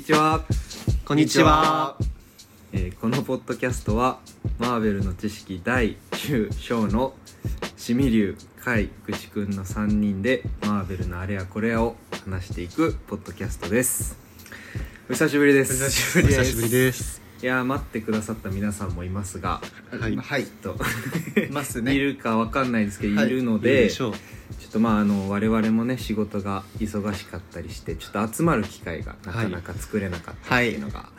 ちは、こんにちは。えーこのポッドキャストはマーベルの知識第9章のシミリュウ、カイ、グシ君の3人でマーベルのあれやこれやを話していくポッドキャストですお久しぶりです お久しぶりです。す。いやー待ってくださった皆さんもいますがはい。はい。ちょっ いますと、ね。いるかわかんないんですけど、はいい、るのいいでしょう。ちょっとまああの我々もね仕事が忙しかったりしてちょっと集まる機会がなかなか作れなかったっていうのが、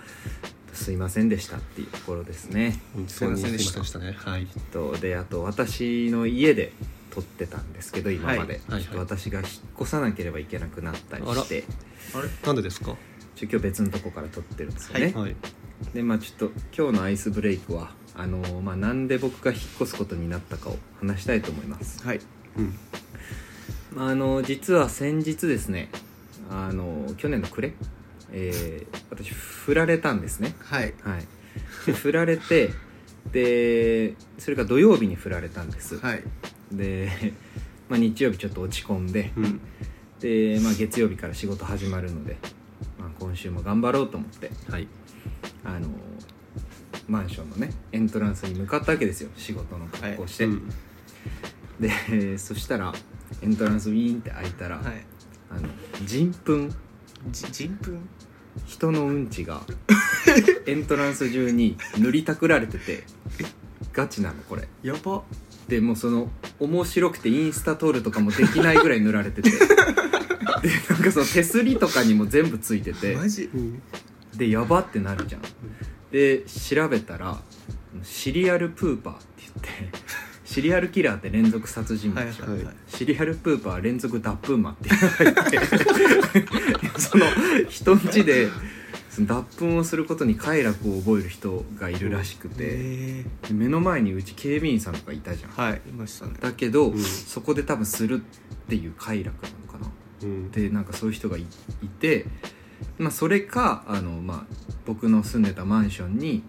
すいませんでしたっていうところですね。すいませんでしたすいませんね。はい。とであと私の家で撮ってたんですけど今まで、はいはいはいちょっと私が引っ越さなければいけなくなったりしてなんでですか。ちょ今日別のとこから撮ってるんですよね。はい。でまあちょっと今日のアイスブレイクはあのまあ、なんで僕が引っ越すことになったかを話したいと思います。はい。うん。まあ、あの実は先日ですねあの去年の暮れ、えー私振られたんですねはい。はいで振られてでそれが土曜日に振られたんです、はい。で、まあ、日曜日ちょっと落ち込んでうん。で、まあ、月曜日から仕事始まるので、まあ、今週も頑張ろうと思ってはい。あのマンションのねエントランスに向かったわけですよ仕事の格好をして、うんでそしたらエントランスウィーンって開いたら、はい。あの人糞じ、人糞。人のうんち がエントランス中に塗りたくられててガチなのこれやば。でもうその面白くてインスタ撮るとかもできないぐらい塗られ ててでなんかその手すりとかにも全部ついててマジ。うん。でやばってなるじゃんで調べたらシリアルプーパーって言ってシリアルキラーって連続殺人は魔い。でしょはい。はい。シリアルプーパー連続ダップーマっていうのが いてその人んちでその脱粉をすることに快楽を覚える人がいるらしくて、えで目の前にうち警備員さんとかいたじゃんーはい。いましたね。だけど、うんそこで多分するっていう快楽なのかなうん。でなんかそういう人がいいて、まあ、それかあの、まあ、僕の住んでたマンションに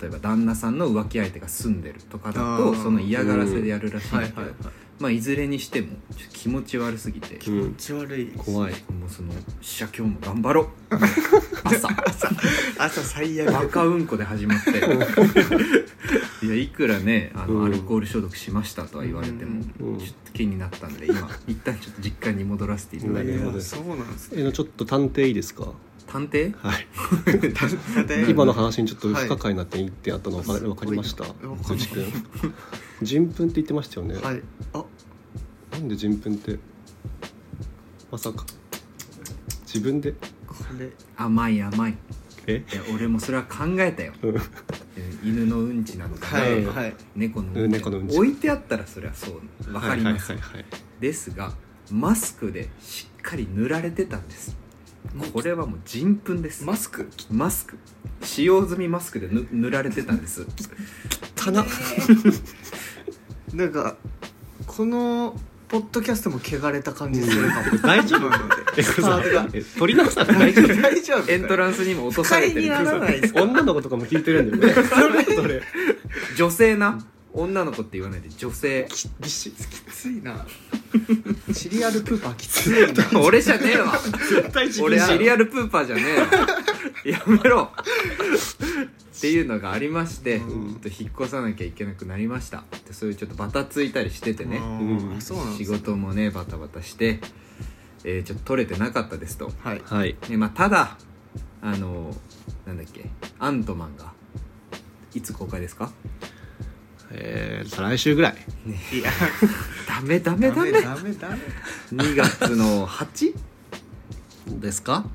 例えば旦那さんの浮気相手が住んでるとかだあとーその嫌がらせでやるらしいんはい。だはい。けど、はい。まあ、いずれにしてもちょっと気持ち悪すぎてう気ん持。ち悪い。怖い。もうそのしゃ今日も頑張ろう 朝朝朝最バ悪。カうんこで始ま っていやいくらねあの、うんアルコール消毒しましたとは言われても、うんちょっと気になったんで今一旦ちょっと実家に戻らせていただいて、なるほどいやそうなんですね。えのちょっと探偵いいですか。探偵はい。だって今の話にちょっと不可解な点ってあったのわかわかりました。わかんな藤い君。人糞って言ってましたよね。はい。あ。なんで人糞って。まさか。自分で。これ。甘い甘いいえ。や俺もそれは考えたようん。犬のうんちなのかな、はい。うんはい。猫のうん猫のうんち置いてあったらそれはそうわかります、はいはいはいはいですがマスクでしっかり塗られてたんですこれはもう人糞ですマスク。マスク使用済みマスクでぬ塗られてたん です棚。 なんか。この。ポッドキャストも汚れた感じするかも。大丈夫なので。スタートが。え取り直さない 大丈夫。エントランスにも落とされて不快にるならないで す女の子とかも聞いてるんだよねそれ女性な女の子って言わないで女性びっしきついなシリアルプーパーきついな俺じゃねえ わ絶対自俺分シ知リり合いアルプーパーじゃねえ わやめろっていうのがありまして、うんちょっと引っ越さなきゃいけなくなりましたでそういうちょっとバタついたりしててね、うんあそうなんで仕すね事もねバタバタして、えーちょっと取れてなかったですと、はいはいねまあ、ただあのなんだっけアントマンがいつ公開ですかえー、再来週ぐらいいやダメダメダメダメダメ2月の 8? ですか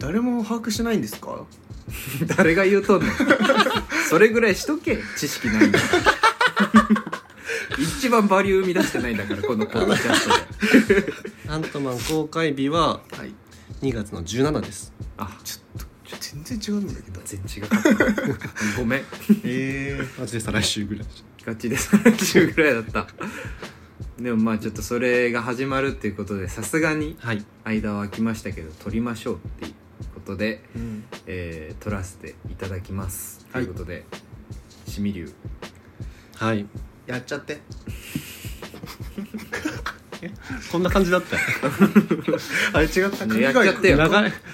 誰も把握しないんですか 誰が言うとんねんそれぐらいしとけ知識ないん だから一番バリュー生み出してないんだからこのポッドキャストでアントマン公開日ははい2月の17ですあちょっとちょ全然違うんだけど全然違かったごめんええマジで再来週ぐらいガチ で30ぐらいだったでもまあちょっとそれが始まるっていうことでさすがにはい間は空きましたけど撮りましょうっていうことで、うんえー撮らせていただきます、はいということでしみりゅうはいやっちゃってけこんな感じだったあれ違ったねやっちゃったよ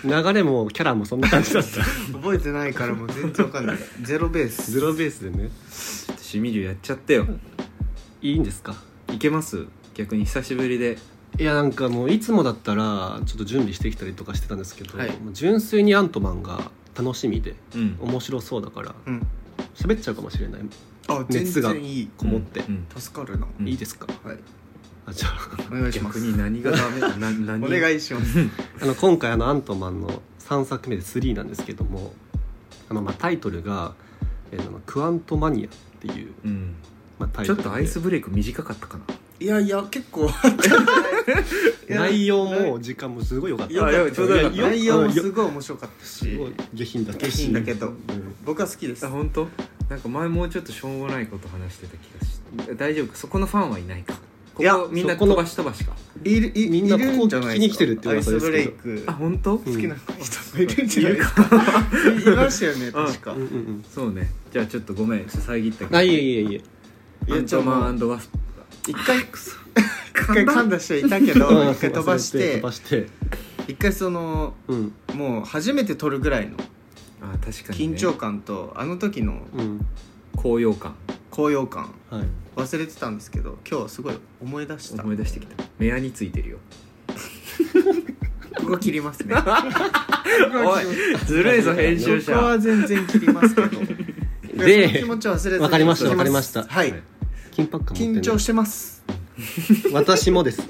流れ流れもキャラもそんな感じだった覚えてないからもう全然わかんないゼロベースゼロベースでねょっとシミリュウやっちゃってよいいんですかいけます逆に久しぶりでいやなんかもういつもだったらちょっと準備してきたりとかしてたんですけど、はいもう純粋にアントマンが楽しみでうん面白そうだからうん喋っちゃうかもしれないあ全熱が然いいこもって、うん助かるな、うんいいですかはいあじゃあ お願いしま逆すに何がダメなお何願いしますあの今回あのアントマンの3作目で3なんですけどもあのまあタイトルが「えーあのクアントマニア」っていう、うんまあ、タイちょトっルでとアイスブレイク短かったかないやいや結構内容も時間もすごい良かったいやいやちょうどよかったいや内容もよすごい面白かったすしごい下品だったし下品だけどうん僕は好きですあ本当なんか前もうちょっとしょうもないこと話してた気がして大丈夫かそこのファンはいないかこいやこみんなそこの飛ばし飛ばしかいるいみんなここいるんじゃない聞きに来てるってアイ噂スですブけどレイクあ本当、うん好きな人もいるんじゃないですかいましたよね確かうんうんそうねじゃあちょっとごめん遮ったけうんあいえいえいえアントマンワスプ一回一回噛んだ人いたけうどん一回飛ばし忘れ飛てばして一回そのうんもう初めて撮るぐらいのあ確かに、緊ね、張感とあの時のうん高揚感高揚感はい忘れてたんですけど今日はすごい思い出した思い出してきた目やについてるよここ切ります ねおいずるいぞ編集ここは者全然切りますけどでその気持ちは忘れずにわかりました聞きわかりましたはいはい緊迫感持って緊ね張してます私もです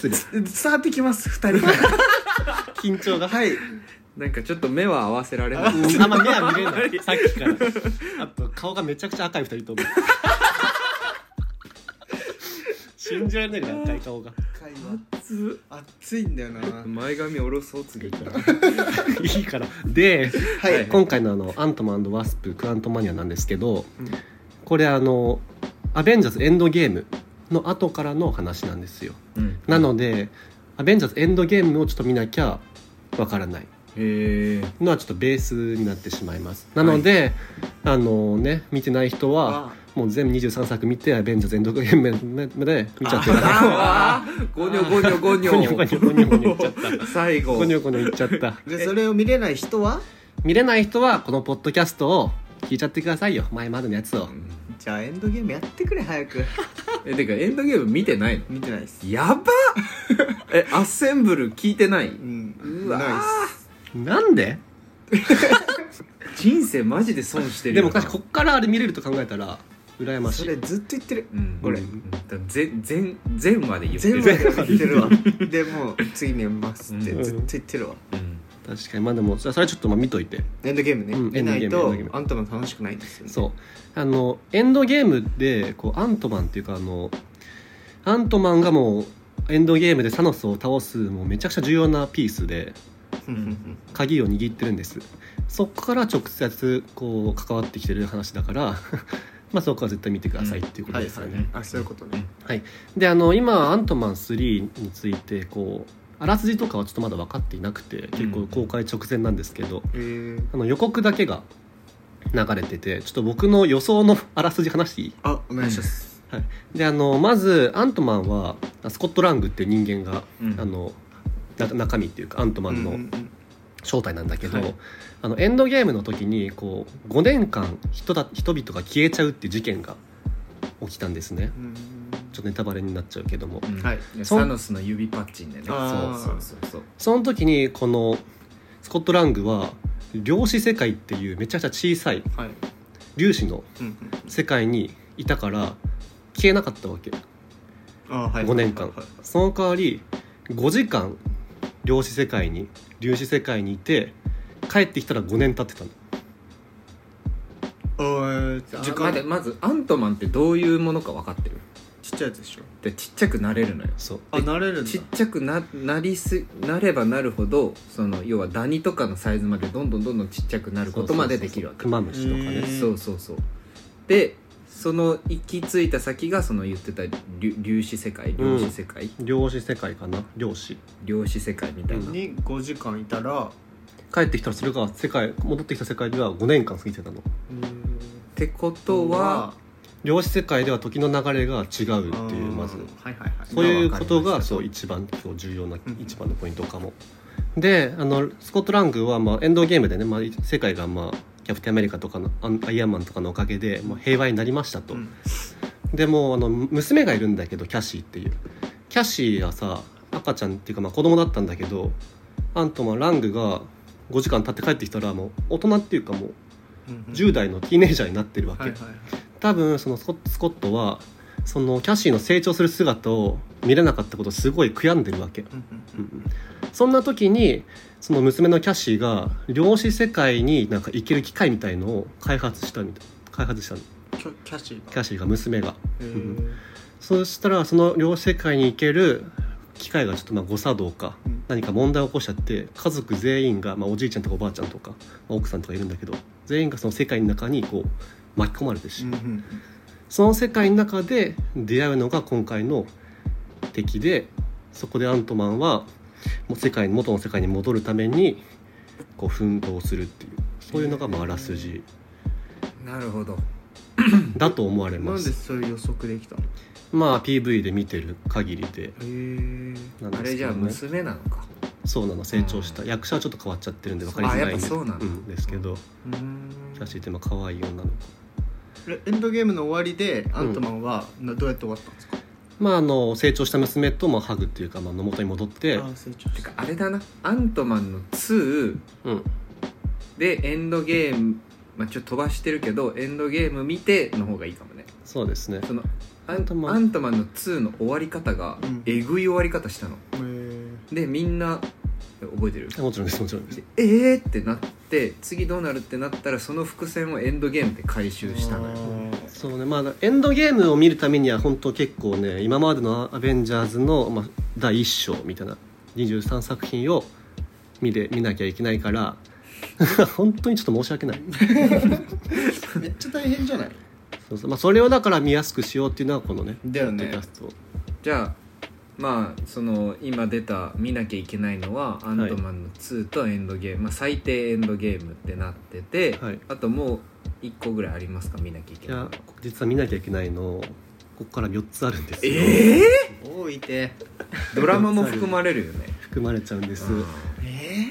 失礼伝わってきます二人緊張がはいなんかちょっと目は合わせられないうんあんま目は見れないさっきからあと顔がめちゃくちゃ赤い二人とも信じられないぐらい赤い顔が会話熱いんだよなは前髪下ろそう次いいからでい今回のあの「アントマンワスプクアントマニア」なんですけど、うんこれあの「アベンジャーズエンドゲーム」の後からの話なんですようんなので「アベンジャーズエンドゲーム」をちょっと見なきゃわからないへえのはちょっとベースになってしまいますなので、あのね見てない人はあもう全部23作見て「アベンジャーズエンドゲーム」まで見ちゃってくださいああゴニョゴニョゴニゴニョゴニョゴニョゴニョ言っちゃっョ最後ゴニョゴニョ言っちゃったでそれを見れない人は見れない人はこのポッドキャストを聞いちゃってくださいよ前までのやつうをんじゃあエンドゲームやってくれ早くえてかエンドゲーム見てないの見てないですやばえアッセンブル聞いてないうんうわーないっすなんで人生マジで損してるでよもな私こっからあれ見れると考えたら羨ましそいれずっと言ってるうんこれうんだから全全全まで言って全る部言ってるわ でもう次見ますってうんずっと言ってるわうん確かにまあでもそれそれはちょっとまあ見といてエンドゲームねうん見ないエンドとゲームエンドゲームあんたも楽しくないんですよねそうあのエンドゲームでこうアントマンっていうかあのアントマンがもうエンドゲームでサノスを倒すもうめちゃくちゃ重要なピースでうんうん鍵を握ってるんですそこから直接こう関わってきてる話だから まあそこは絶対見てくださいっていううこんとはいですはよいね、あそういうことねであの今「アントマン3」についてこうあらすじとかはちょっとまだ分かっていなくて結構公開直前なんですけど、へえあの予告だけが流れててちょっと僕の予想の あらすじ話していいあお願いしますであのまずアントマンはスコット・ラングっていう人間が、うんあのな中身っていうかアントマンうんうのんうん正体なんだけど、はいあのエンドゲームの時にこう5年間人だ人々が消えちゃうっていう事件が起きたんですねうんちょっとネタバレになっちゃうけどもうんはいやそんサノスの指パッチンでねあーそうそうそうそうその時にこのスコット・ラングは量子世界っていうめちゃくちゃ小さいはい粒子のうんうん世界にいたから消えなかったわけあはい5年間はいはいその代わり5時間量子世界に粒子世界にいて帰ってきたら5年経ってたのあーあ時まだ間まずアントマンってどういうものか分かってるちっちゃいやつでしょでちっちゃくなれるのよそうあ慣れるんだちっちゃくななりすなればなるほどその要はダニとかのサイズまでどんどんどんどんちっちゃくなることまでできるわけクマムシとかうねんそうそうそうでその行き着いた先がその言ってた粒粒子世界粒子世界、量子世界かな量子量子世界みたいな、に5時間いたら帰ってきたらそれが世界戻ってきた世界では5年間過ぎてたのうんってことは、量子世界では時の流れが違うっていうまずはいはいはいそういうことまあわかりがましたそう一番今日重要なうん一番のポイントかも。であのスコット・ラングは、まあ、エンドゲームでね、まあ、世界が、まあ、キャプテン・アメリカとかのアンアイアンマンとかのおかげで、まあ、平和になりましたと。うんでもうあの娘がいるんだけどキャシーっていうキャシーはさ赤ちゃんっていうかまあ子供だったんだけどアントマンラングが5時間経って帰ってきたらもう大人っていうかもううんうん10代のティーネイジャーになってるわけ、はいはいはい多分そのスコスコットはそのキャシーの成長する姿を見れなかったことをすごい悔やんでるわけ、うんううんんそんな時にその娘のキャシーが量子世界になんか行ける機械みたいのを開発したみたい開発したのうんキャキャシーキャシーが娘がへーうんそしたらその両世界に行ける機会がちょっとまあ誤作動かうん何か問題を起こしちゃって家族全員が、まあ、おじいちゃんとかおばあちゃんとか、まあ奥さんとかいるんだけど全員がその世界の中にこう巻き込まれてしうんうんうんその世界の中で出会うのが今回の敵でそこでアントマンはもう世界に元の世界に戻るためにこう奮闘するっていうそういうのがまああらすじなるほどだと思われなま。んですそれ予測できたのへまあ PV で見てる限りでえなんあですれけじゃどあね娘なのかそうなの成長した、役者はちょっと変わっちゃってるんで分かりづらいんであやっぱそうなんだんですけどキャシーってまあ可愛い女の子エンドゲームの終わりでアントマンはなどうやって終わったんですかまああの成長した娘とまあハグっていうか、まあ、の元に戻ってあー成長てしかたあれだなアントマンの2うんでエンドゲームまあちょっと飛ばしてるけどエンドゲーム見ての方がいいかもねそうですねそのアアンントマンアントマンの2の終わり方がうんえぐい終わり方したのへーでみんなえ覚えてるもちろんですもちろんですでえーってなって次どうなるってなったらその伏線をエンドゲームで回収したのあよーそうねまあエンドゲームを見るためには本当結構ね今までの「アベンジャーズの」まあ、第1章みたいな23作品を見れ見なきゃいけないから 本当にちょっと申し訳ないめっちゃ大変じゃないそうそう、まあ、それをだから見やすくしようっていうのはこのねだよポッねドキャストをじゃあまあその今出た見なきゃいけないのはアントマンの2とエンドゲーム、まあ、最低エンドゲームってなってて、はいあともう1個ぐらいありますか見なきゃいけいないのやは実は見なきゃいけないのここから4つあるんですよ、ええおいてドラマも含まれるよね含まれちゃうんです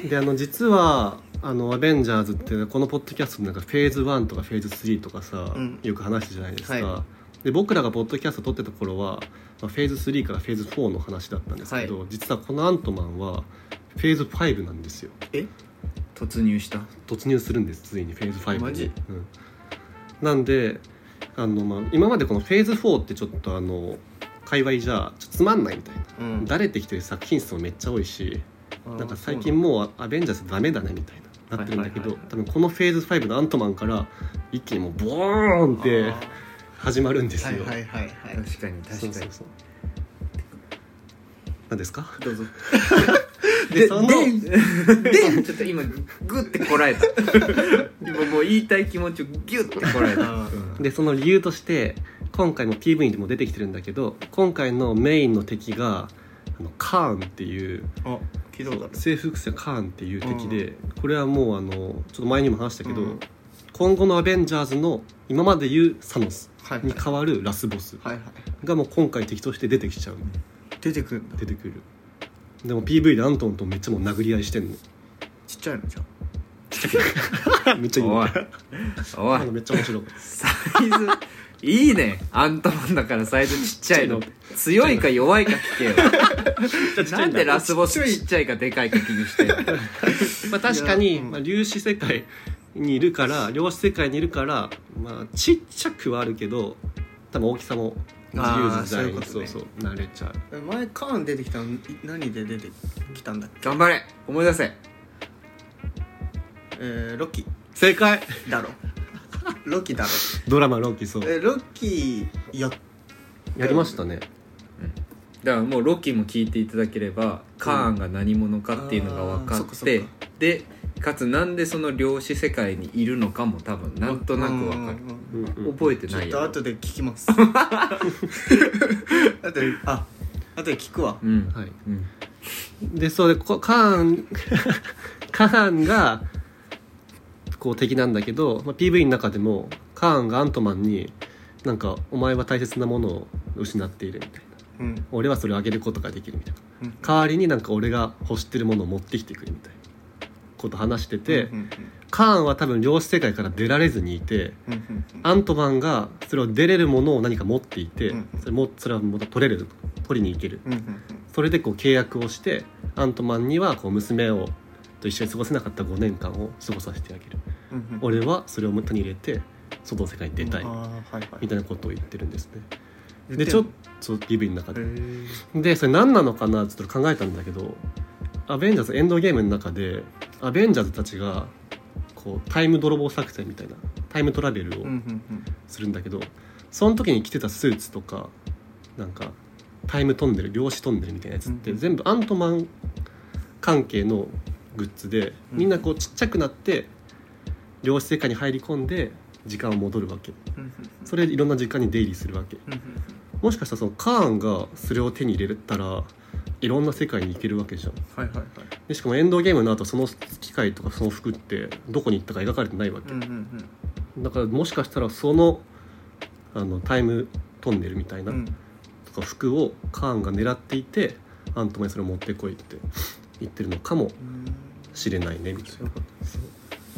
えであの実はあの「アベンジャーズ」ってこのポッドキャストのなんかフェーズ1とかフェーズ3とかさ、うんよく話したじゃないですか、はで僕らがポッドキャスト撮ってた頃は、まあ、フェーズ3からフェーズ4の話だったんですけど、実はこの「アントマン」はフェーズ5なんですよ突入した突入するんですついにフェーズ5にマジうん、なんであの、まあ、今までこのフェーズ4ってちょっとあの界隈じゃちょっとつまんないみたいなーうんだれてきてる作品数もめっちゃ多いしなんか最近ももうアベンジャーズダメだねみたいななってるんだけど、はいはいはい多分このフェーズ5のアントマンから一気にもうボーンって始まるんですはいよ。はいはいはい確かに確かそうにそうそう何ですかどうぞでそのでちょっと今グッてこらえた今もう言いたい気持ちをギュッてこらえたあーでその理由として今回も PV にも出てきてるんだけど今回のメインの敵があのカーンっていうあ聞いたことある制服者カーンっていう敵で、これはもうあのちょっと前にも話したけど、うん今後のアベンジャーズの今まで言うサノスはいに代わるラスボスはいはいがもう今回敵として出てきちゃう出てくるんだ出てくるでも PV でアントンとめっちゃもう殴り合いして んのちっちゃいのじゃんめっちゃいいおいおあいのめっちゃ面 白いサイズいいねアントマンだからサイズちっちゃいの強いか弱いか聞けよなんでラスボスちっちゃいかでかいか気にしてんのまあ確かに、うんまあ、粒子世界にいるから量子世界にいるから、まあ、ちっちゃくはあるけど多分大きさも自由あー自在にそそういううことそう慣れちゃうえ前カーン出てきたのい何で出てきたんだっけ頑張れ思い出せえーロキ正解だ ろロキだろドラマ「ロッキー」そうえロキやっやりましたねだからもうロキも聞いていただければカーンが何者かっていうのが分かあーそっかっそてっかでかつなんでその量子世界にいるのかも多分なんとなく分かるうんうんうんうんうん覚えてちょなっいとよ後で聞きます 後であ後で聞くわうんはいうんでそうでこカーン カーンがこう敵なんだけど、まあ、PV の中でもカーンがアントマンになんかお前は大切なものを失っているみたいなうん俺はそれをあげることができるみたいなうん代わりになんか俺が欲してるものを持ってきてくれみたいなこと話してて、うんうんカーンは多分量子世界から出られずにいてうんうんうんアントマンがそれを出れるものを何か持っていてうんそれもそれはまた取れる取りに行けるうんうんそれでこう契約をしてアントマンにはこう娘をと一緒に過ごせなかった5年間を過ごさせてあげるうんうんうん俺はそれを手に入れて外の世界に出たいあーはいはみいたいなことを言ってるんですね言でてちょんのっとギブの中へでーでそれ何なのかなちょっと考えたんだけどアベンジャーズエンドゲームの中でアベンジャーズたちがこうタイム泥棒作戦みたいなタイムトラベルをうんうんうんするんだけど、その時に着てたスーツとかなんかタイムトンネル量子トンネルみたいなやつってうん全部アントマン関係のグッズでうんみんなこうちっちゃくなって量子世界に入り込んで時間を戻るわけうんうんそれでいろんな時間に出入りするわけうんうんもしかしたらそのカーンがそれを手に入れたらいろんな世界に行けるわけじゃんはいはいはいでしかもエンドゲームの後その機械とかその服ってどこに行ったか描かれてないわけうんうんだからもしかしたらそのあのタイムトンネルみたいうんうなんとか服をカーンが狙っていてアントマンにそれを持ってこいって言ってるのかもうんしれないねみたいそういなうことですね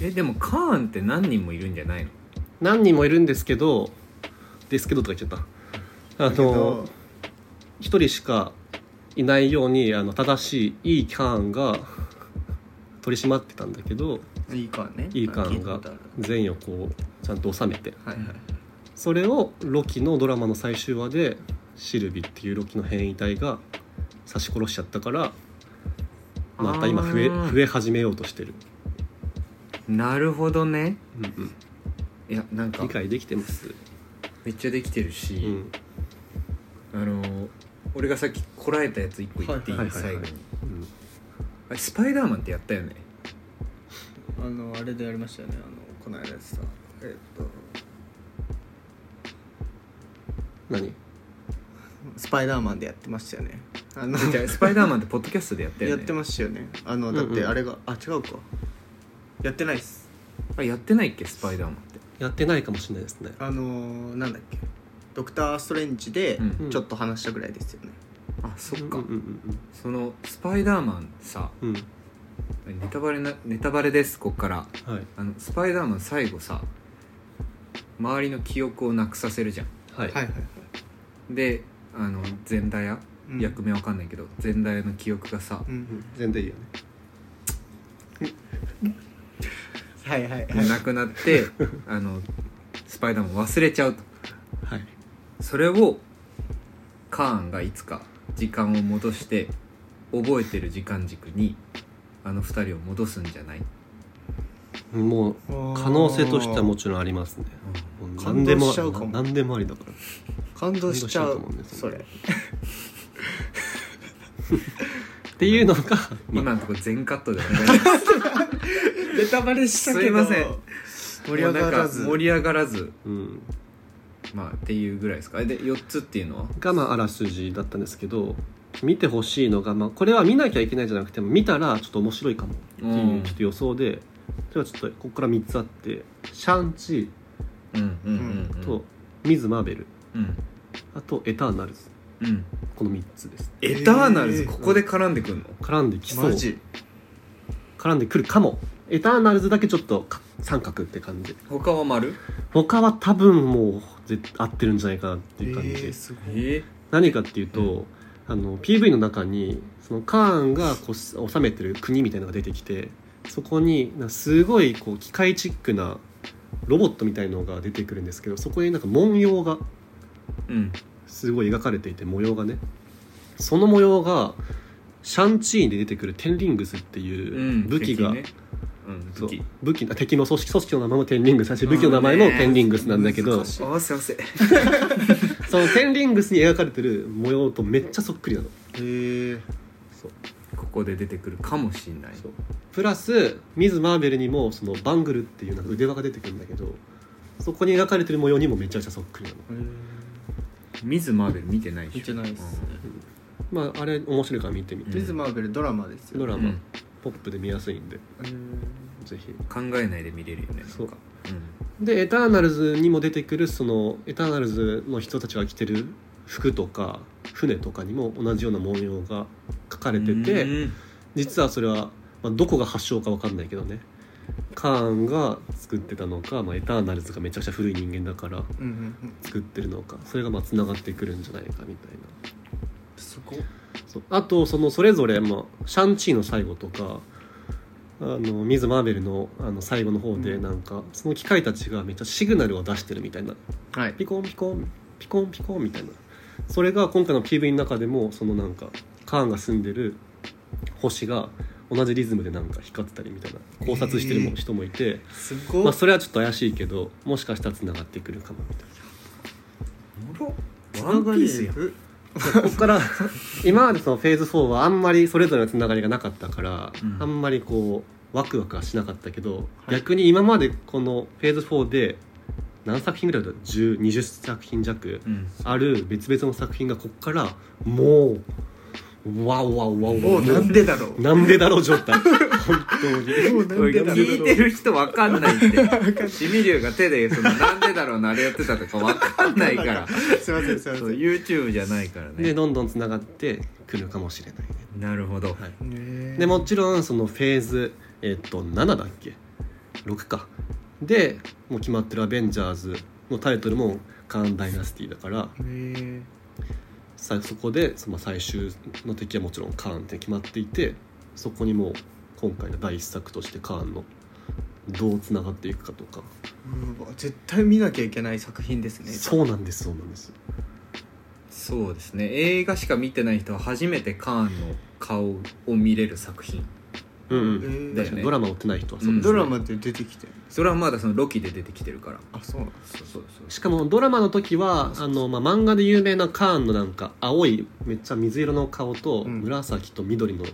えでもカーンって何人もいるんじゃないの何人もいるんですけどですけどとか言っちゃったあだけのど一人しかいないようにあの正しいいいカーンが取り締まってたんだけどいい感ねいいカーン聞がたこと善意をこうちゃんと収めてあるはいはいそれをロキのドラマの最終話でシルビっていうロキの変異体が刺し殺しちゃったからまた今増えあー増え始めようとしてる、なるほどねうんうんいやなんか理解できてます、めっちゃできてるし、うんあのー俺がさっきこらえたやつ一個言っていいはいはいはい最は後いにうんあれスパイダーマンってやったよねあのあれでやりましたよねあのこの間やってたえっと何スパイダーマンでやってましたよねあのじゃあスパイダーマンってポッドキャストでやったよやねってましたよねあのうんだうっんてあれが、あ違うかやってないっすあやってないっけスパイダーマンってやってないかもしれないですねあのー、なんだっけドクター・ストレンジでうんちょっと話したぐらいですよね、あそっか、うんうんそのスパイダーマンさうんうんネタバレなネタバレですこっからうんはいあのスパイダーマン最後さ周りの記憶をなくさせるじゃんはい、はいはいはいであのゼンダヤ、うん役名わかんないけどゼンダヤの記憶がさう、うんん、全然いいよねはいはいはいなくなって あのスパイダーマン忘れちゃうとはいそれをカーンがいつか時間を戻して覚えてる時間軸にあの二人を戻すんじゃない、もう可能性としてはもちろんありますねもう何で感動もしちゃうかも何でもありだから感動しちゃう感動しちゃうと思うんですよそれっていうのが、今のところ全カットでお願いしますネタバレしたけど盛り上もがらずうなんか盛り上がらずうん、まあっていうぐらいですかで4つっていうのはがまああらすじだったんですけど見てほしいのが、まあ、これは見なきゃいけないじゃなくても見たらちょっと面白いかもっていううんちょっと予想で、それはちょっとここから3つあって「シャンチうんうんうんうんー」と「ミズ・マーベルうん」あと「エターナルズうん」この3つですエターナルズえーここで絡んでくんの、絡んできそうマジ絡んでくるかもエターナルズだけちょっとか三角って感じ他は丸他は多分もう絶合ってるんじゃないかなってえいう感じー、ですごいえ何かっていうと、あの PV の中にそのカーンがこうす治めてる国みたいなのが出てきてそこになすごいこう機械チックなロボットみたいのが出てくるんですけどそこになんか文様がうんすごい描かれていて模様がねその模様がシャンチーで出てくるテンリングスっていう武器が、敵ねうん武そう器武器あ敵の組織組織の名前もテンリングスだし武器の名前もテンリングスなんだけど難しい合わせ合わせそのテンリングスに描かれてる模様とめっちゃそっくりなの。へえそうここで出てくるかもしんないそうプラスミズ・マーベルにもそのバングルっていうなんか腕輪が出てくるんだけどそこに描かれてる模様にもめちゃくちゃそっくりなの、ミズ・マーベル見てないでしょ見てないっすねまあ、あれ面白いから見てみて、ミズ・マーベルドラマですよドねラうマ、んポップで見やすいんでうんぜひ考えないで見れるよねなんかそううんでエターナルズにも出てくるそのエターナルズの人たちが着てる服とか船とかにも同じような文様が書かれてて、うん実はそれは、まあ、どこが発祥かわかんないけどねカーンが作ってたのか、まあ、エターナルズがめちゃくちゃ古い人間だからうんうんうん作ってるのかそれがまあつながってくるんじゃないかみたいなそこそうあとそのそれぞれ、まあ、シャンチーの最後とかあのミズ・マーベルのあの最後の方でうんなんか、その機械たちがめっちゃシグナルを出してるみたいなはいピコンピコンピコンピコンみたいなそれが今回の PV の中でもそのなんかカーンが住んでる星が同じリズムでなんか光ってたりみたいな考察してるもえー人もいて、すごい、まあ、それはちょっと怪しいけどもしかしたらつながってくるかもみたいな。ワンピースやんえここから今までそのフェーズ4はあんまりそれぞれのつながりがなかったから、うんあんまりこうワクワクはしなかったけど、逆に今までこのフェーズ4で何作品ぐらいだった10 20作品弱うんある別々の作品がここからもうわおわおわおもうなんでだろうなんでだろう 状態本当にもうなんでだろう聞いてる人わかんないってシミリュウが手でそのなんでだろうなあれやってたとかわかんないからすいませんすいませ そうんへ YouTube じゃないからでねどんどんつながってくるかもしれないね、なるほどはいえでもちろんそのフェーズ、えっと7だっけ6かでもう決まってる「アベンジャーズ」のタイトルも「カーン・ダイナスティ」だからへえさそこでその最終の敵はもちろんカーンって決まっていてそこにもう今回の第一作としてカーンのどうつながっていくかとかうわ絶対見なきゃいけない作品ですねそうなんですそうなんですそうですね映画しか見てない人は初めてカーンの顔を見れる作品うんううんだよねドラマを追ってない人はそううでんす、ドラマで出てきてそれはまだそのロキで出てきてるからあそうなんそうそうそうしかもドラマの時はあの、まあ、漫画で有名なカーンのなんか青いめっちゃ水色の顔とうん紫と緑の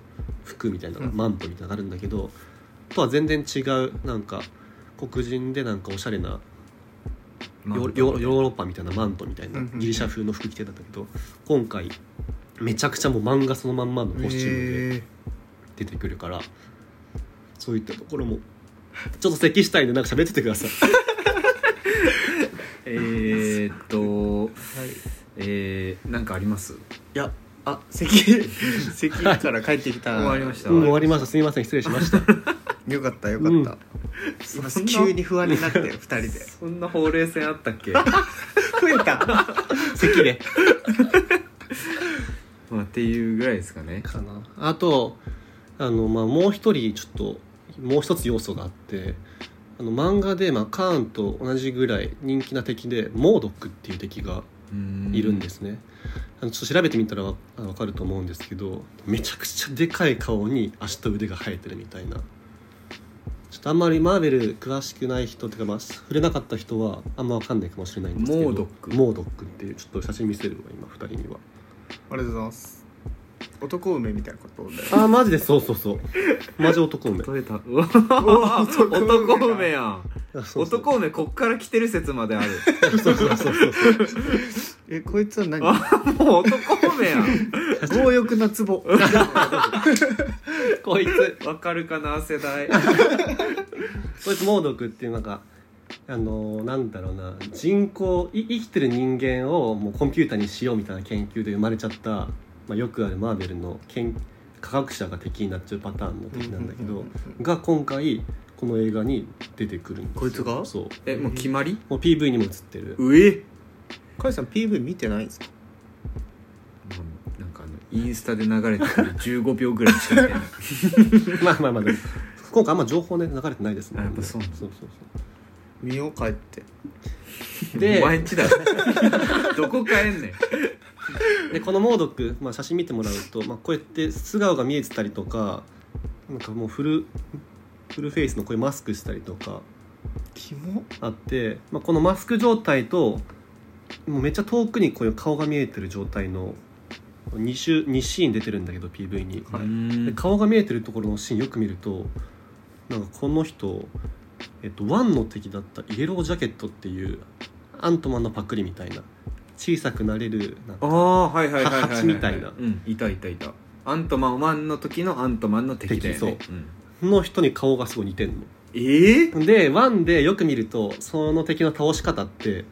服みたいな、うんマントみたいなのがあるんだけどとは全然違うなんか黒人でなんかおしゃれなまあヨヨヨーロッパみたいなマントみたいなうんうんギリシャ風の服着てたんだけど今回めちゃくちゃもう漫画そのまんまのコスチュームでへえ出てくるからそういったところもちょっと咳したいんでなんか喋っててください。えー、っとはいいえー、なんかありますやあ咳咳から帰ってきた終わりましたうん終わりましたすみません失礼しました。よかったよかった、ん今そんな急に不安になって2人でそんなほうれい線あったっけ 増えた咳でまあっていうぐらいですかねかなあとあの、まあ、もう一人ちょっともう一つ要素があってあの漫画で、まあ、カーンと同じぐらい人気な敵でモードックっていう敵がいるんですすね、あのちょっと調べてみたらわあのわかると思うんですけどめちゃくちゃでかい顔に足と腕が生えてるみたいなちょっとあんまりマーベル詳しくない人っていうか、まあ、触れなかった人はあんまわかんないかもしれないんですけどモードックモードックっていうちょっと写真見せるわ今二人にはありがとうございます男梅みたいなことだよあーマジでそうそうそうマジ男梅取れたうわ男梅だ 男梅やんあ そうそう男梅こっから来てる説ま であるそうそうそうそうえこいつは何あもう男梅や ん強欲なツボこいつわかるかな世代こいつ猛毒っていうなんかあのーなんだろうな人工い生きてる人間をもうコンピューターにしようみたいな研究で生まれちゃった、まあ、よくあるマーベルの研科学者が敵になっちゃうパターンの敵なんだけど、が今回この映画に出てくるんですよこいつがそう えもう決まりもう PV にも映ってるうえ カイさん PV 見てないんですかなんかあのインスタで流れてくる15秒ぐらいしか見てないまあまあまあでも今回あんま情報ね流れてないですもんあやっぱそうなんだそうそう見よう帰って そうでお前んちだろ どこ変えんねんでこの猛毒、まあ、写真見てもらうと、まあ、こうやって素顔が見えてたりとかなんかもうフルフルフェイスのこういうマスクしたりとかキモあって、まあ、このマスク状態ともうめっちゃ遠くにこういう顔が見えてる状態の 2, 種2シーン出てるんだけど PV に、うはいーでん顔が見えてるところのシーンよく見るとなんかこの人、えっと、ワンの敵だったイエロージャケットっていうアントマンのパクリみたいな小さくなれるなんあかあはいはいはいはいは蜂みたいなうんいたいたいたアントマン1の時のアントマンの敵だよね敵その人に顔がすごい似てんの。ええでワンでよく見るとその敵の倒し方って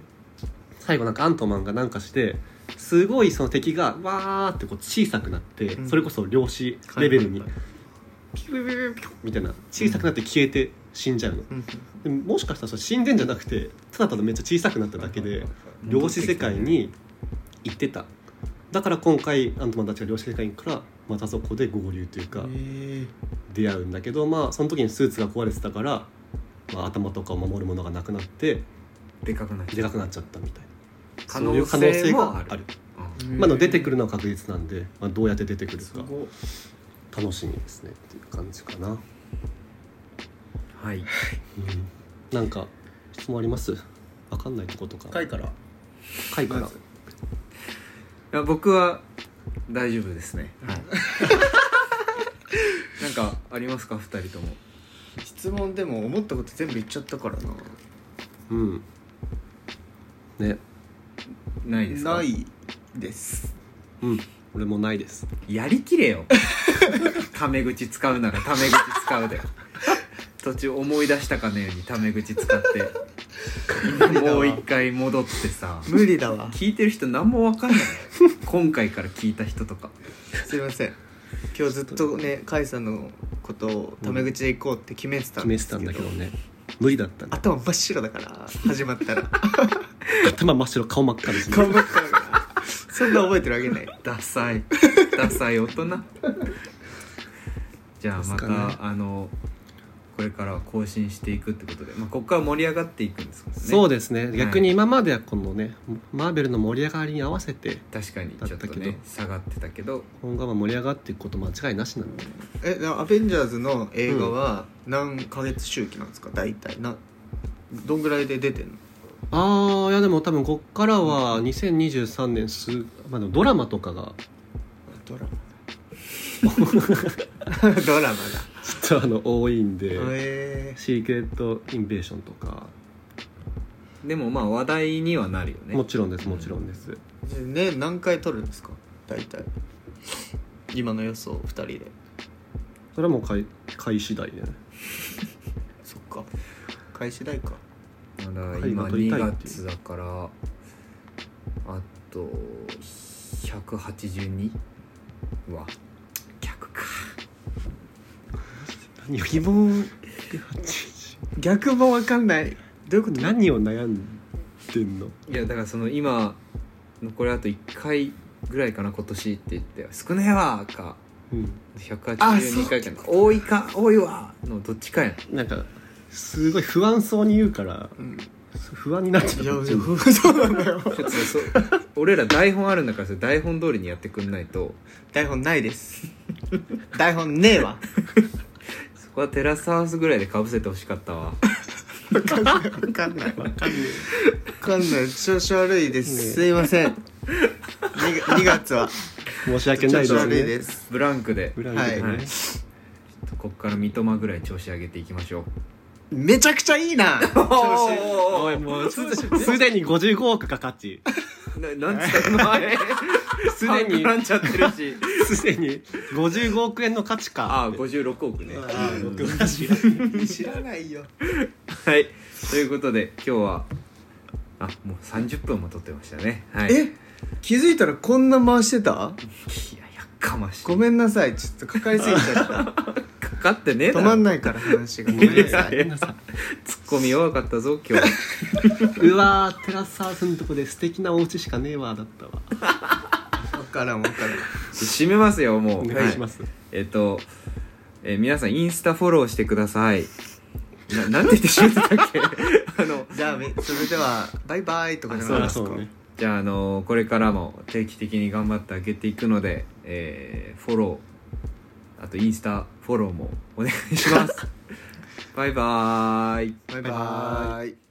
最後なんかアントマンがなんかしてすごいその敵がわーってこう小さくなって、うんそれこそ量子レベルにはいはいピュピュピュピュピュみたいな小さくなって消えて死んじゃうの、うんでももしかしたらそれ死んでんじゃなくてただただめっちゃ小さくなっただけで量子世界に行ってただから今回アントマンたちが量子世界に行くからまたそこで合流というか、え出会うんだけどまあその時にスーツが壊れてたから、まあ、頭とかを守るものがなくなってでかくなっでちゃかうくなっちゃったみたいな可そういう能可能性性もがああるるーまあ、の出てくるのは確実なんで、まあ、どうやって出てくるすかごい楽しみですねっていう感じかな、うん、うんはいなんか質問ありますわかんないとことか回から回からまずいや僕は大丈夫ですね、はい、 なんかありますか二人とも質問でも思ったこと全部言っちゃったからなうんねないですかないですうん俺もないですやりきれよ タメ口使うならタメ口使うで途中思い出したかのようにタメ口使ってもう一回戻ってさ無理だわ聞いてる人何も分かんない今回から聞いた人とか すいません今日ずっとね甲斐さんのことをタメ口で行こうって決めてた決んめでてすたんだけけどどね無理だったね頭真っ白だから始まったら頭真っ白顔真っ赤ですね頑張ったからそんな覚えてるわけないダサ いダサい大人じゃあですまかた、ねあのこれからは更新していくってことで、まあ、ここから盛り上がっていくんですもんねそうでですね逆に今まではこのねマーベルの盛り上がりに合わせて確かにだっちょたっけとどね下がってたけど今後は盛り上がっていくこと間違いなしなんでえなアベンジャーズの映画は何ヶ月周期なんですか大体などんぐらいで出てんのああいやでも多分こっからは2023年す、まあ、でもドラマとかがドラマだ ドラマだちょっとあの多いんでへえシークレットインベーションとか、でもまあ話題にはなるよねもちろんですもちろんです、ね何回撮るんですか大体今の予想2人でそれはもう買い買い次第でねそっか開始代かまだ回今が撮りたい2っていう月だからあと182うわ逆か何を疑問逆も分かんないどういうこと何を悩んでんのいやだからその今残りあと1回ぐらいかな今年って言って「少ねえわ」かうん182回かな多いか多いわのどっちかやんなんかすごい不安そうに言うからうん不安になっちゃいうやこっちも そうなんだよちょっとそ俺ら台本あるんだからそれ台本通りにやってくんないと台本ないです台本ねえわそこはテラスハウスぐらいでかぶせてほしかったわ分かんない分かんない分かんない調子悪いです、すいません 2, 月は申し訳調ない子です悪いねですブランクでブランクでね、はいこっから三笘ぐらい調子上げていきましょうめちゃくちゃいいな 調子おいもう すすでに55億かかっちななんつったのあれすでにらんちゃってるし すでに55億円の価値かああ56億ねあーうん知らないよはいということで今日はあもう30分も撮ってましたねはいえ気づいたらこんな回してたいややっかましいごめんなさいちょっとかかりすぎちゃったかかってねえだ止ろまんないから話がごめんなさいやいいやツッコミ弱かったぞ今日うわーテラスハウスのとこで素敵なお家しかねえわだったわ分からん分からん締めますよもうお願いします、えっと、えー皆さんインスタフォローしてくださいな なんて言ってしまったっけあのじゃあみそれではバイバイとかじゃそうないでだすそかうねじゃあ、あのこれからも定期的に頑張ってあげていくので、えーフォローあとインスタ フォローもお願いしますバイバーイバイバイ